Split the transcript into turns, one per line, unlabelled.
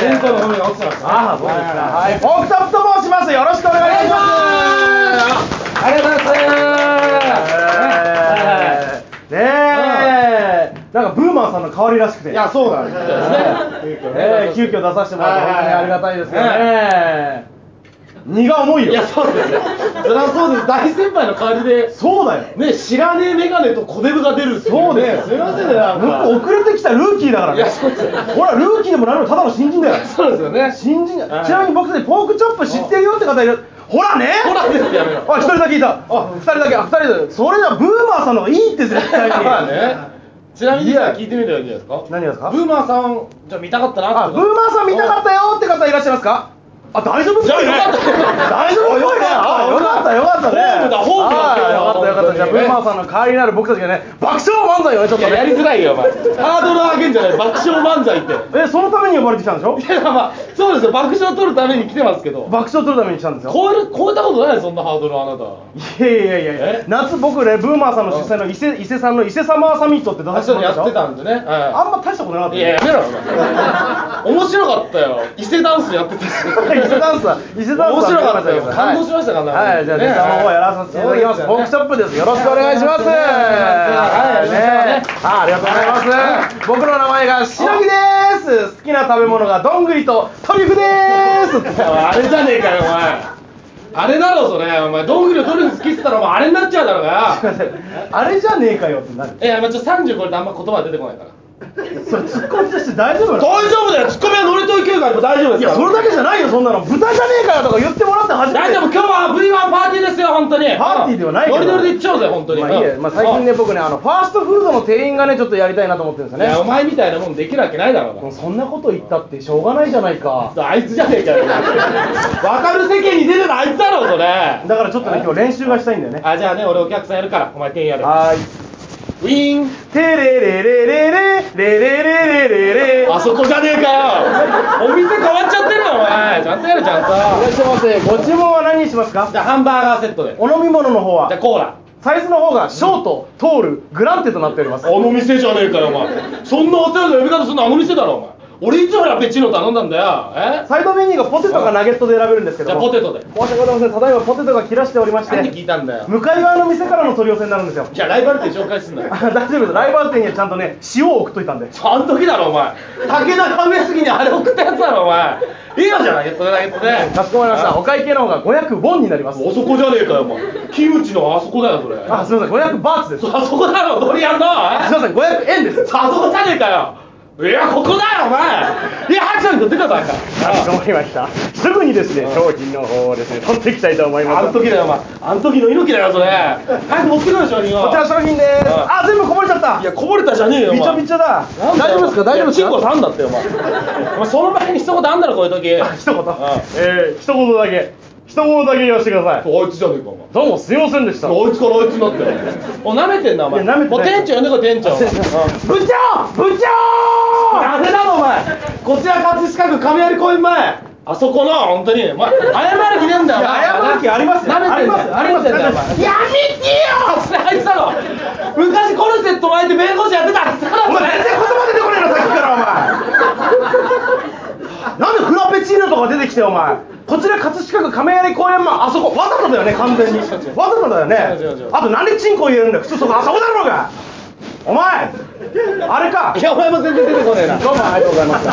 奥さんですねはいはいはい
ああそうですか
奥さんと申しますよろしくお願いします
ありがとうございます
ねえなんかブーマンさんの代わりらしくて
いやそうなんですよね
ええ急遽出させてもらって本当にありがたいですよね荷が重いよ
いやそうですよそりゃそうです大先輩の代わりで
そうだよ
ね知らねえメガネと小デブが出るってい
そうだよ
すいませんねなん
向
か
こう遅れてきたルーキーだから
い
ね
やそうですよ
ほらルーキーでも何でもただの新人だよ
そうですよね
新人ち
はい
なみに僕たちポークチョップ知ってるよって方いるほらね
ほらねってやめろ
あ一人だけいたあ二人だけあ二人だそれじゃブーマーさんの方がいいって絶対に
まあねちなみにじゃあ聞いてみればいいんじゃないですか
何がですか
ブーマーさんじゃあ見たかったな
あ
って
ブーマーさん見たかったよって方いらっしゃいますかあ大丈夫っぽいね
じゃあよかった
大丈夫っぽいねあよかったよかったね
ホームだホームだ
あよかったよかったじゃあブーマーさんの代わりになる僕たちがね爆笑漫才をねちょっ
い
と
ややり
ね
づらいよお前ハードル上げんじゃない爆笑漫才って
えそのために呼ばれてきたんでしょ
いやまあそうですよ爆笑取るために来てますけど
爆笑取るために来たんですよ
超える超えたことないそんなハードルあなた
いやいやいやいや
え
夏僕ねブーマーさんの主催の伊勢伊勢さんの伊勢サマーサミットって出さ
あ
せて
そう
も
や
らった
っ
でし
て
ょ
たんでねは
あんま大したことなかった
いい
ね
ややめろよお前面白かったよ伊勢ダンスやってたし
伊勢ダンスは伊勢ダンスは
面白かったよ感動しましたから
はいはいじゃあネタの方やらさせていただきます
ね
ボークショップですよろしくお願いします
はい
はいねあありがとうございます僕の名前がしのぎです好きな食べ物がどんぐりとトリュフです
あれじゃねえかよお前あれだろそれお前どんぐりを取るの好きっつったらもうあれになっちゃうだろうが
あれじゃねえかよってなる
いやまあちょっと30超えてあんま言葉出てこないから
それツッコミとして大丈夫なの
大丈夫だよツッコミは乗れといけるから大丈夫です
いやそれだけじゃないよそんなの豚じゃねえかよとか言ってもらって初めて
大丈夫今日は V1 パーティーですよ本当に
パーティーではないけど
ノリノリで行っちゃおうぜ本当に
まあいいや、まあ、最近ね
うん
僕ねあのファーストフードの店員がねちょっとやりたいなと思ってるんです
い
よね
やお前みたいなもんできるわけないだろう
もうそんなこと言ったってしょうがないじゃないか
があいつじゃねえかよわかる世間に出てるのあいつだろそれ
だからちょっとね今日練習がしたいんだよね
あじゃあね俺お客さんやるからお前店員やる
はーい
ウィーン
テレレレレレレレレレレレ
あそこじゃねえかよお店変わっちゃってるよお前ちゃんとやるちゃん
いらっ
と
しゃいませご注文は何にしますか
じゃあハンバーガーセットでじ
お飲み物の方
ゃあ
は
コーラ
サイズの方がショート、トール、グランテとなっております
あの店じゃねえかよお前そんなお世話の呼び方するのあの店だろお前俺いつもラペチーノ頼んだんだよえ
サイドメニューがポテトかナゲットで選べるんですけ
じゃ
ど
あ
も
ポテトで
申し訳ございませんただいまポテトが切らしておりまし
なんで聞
て
いたんだよ
向かい側の店からの取り寄せになるんですよ
じゃあライバル店紹介すんなよ
あ大丈夫ですライバル店にはちゃんとね塩を置くといたんで
あん時だろお前武田亀杉にあれ送ったやつだろお前いいよじゃないそれだけそれ
かしこまりました
あ
お会計の方が500ウォンになります
そこじゃねえかよお前キムチのあそこだよそれ
あ
あ
すみません500バーツです
そこだろドリアンの
すみません500円です
あそこじゃねえかよいやここだよお前いや拍手なんか出たぞあんた
頑張りましたすぐにですね商品の方をですね取っていきたいと思い
あ
ます
ん
こ
時だよお前あん時の猪木だよそれ早く持ってこいよ商品を
ちら商品ですあ全部こぼれちゃった
いやこぼれたじゃねえよお
びち
前
ょびちょだ
なん
大
だ
丈
よ
夫ですか大丈夫です
いやチンコ
か
さんだってよお前お前その前に一言あんだろこういう時
一言
あ
えー一言だけ一言だけ言わせてください
あいつじゃねえかお前
どうもすいませんでした
あいつからあいつになって おなめてんなお前
いや舐めてない
もう店長呼んでこい店長
部長部長
あれだろお前こちら葛飾区亀有公園前あそこの本当にお前謝る気ねえんだよお前
謝る気ありますよ
なめてんだよ
あります
舐めてん
あ
だよお
ります
前やめてよそれあいつだろ昔コルセット巻いて弁護士やってたあいつだろ
お
お
前全然言葉出てこねえのさっきからお前なんでフラペチーノとか出てきてお前こちら葛飾区亀有公園前あそこわざとだよね完全にわざとだよ
違う違
ね
う
あとなんでチンコ入れるんだよ普通そこあそこだろうがお前あれか
いやお前も全然出てこねえな
どうもありがとうございました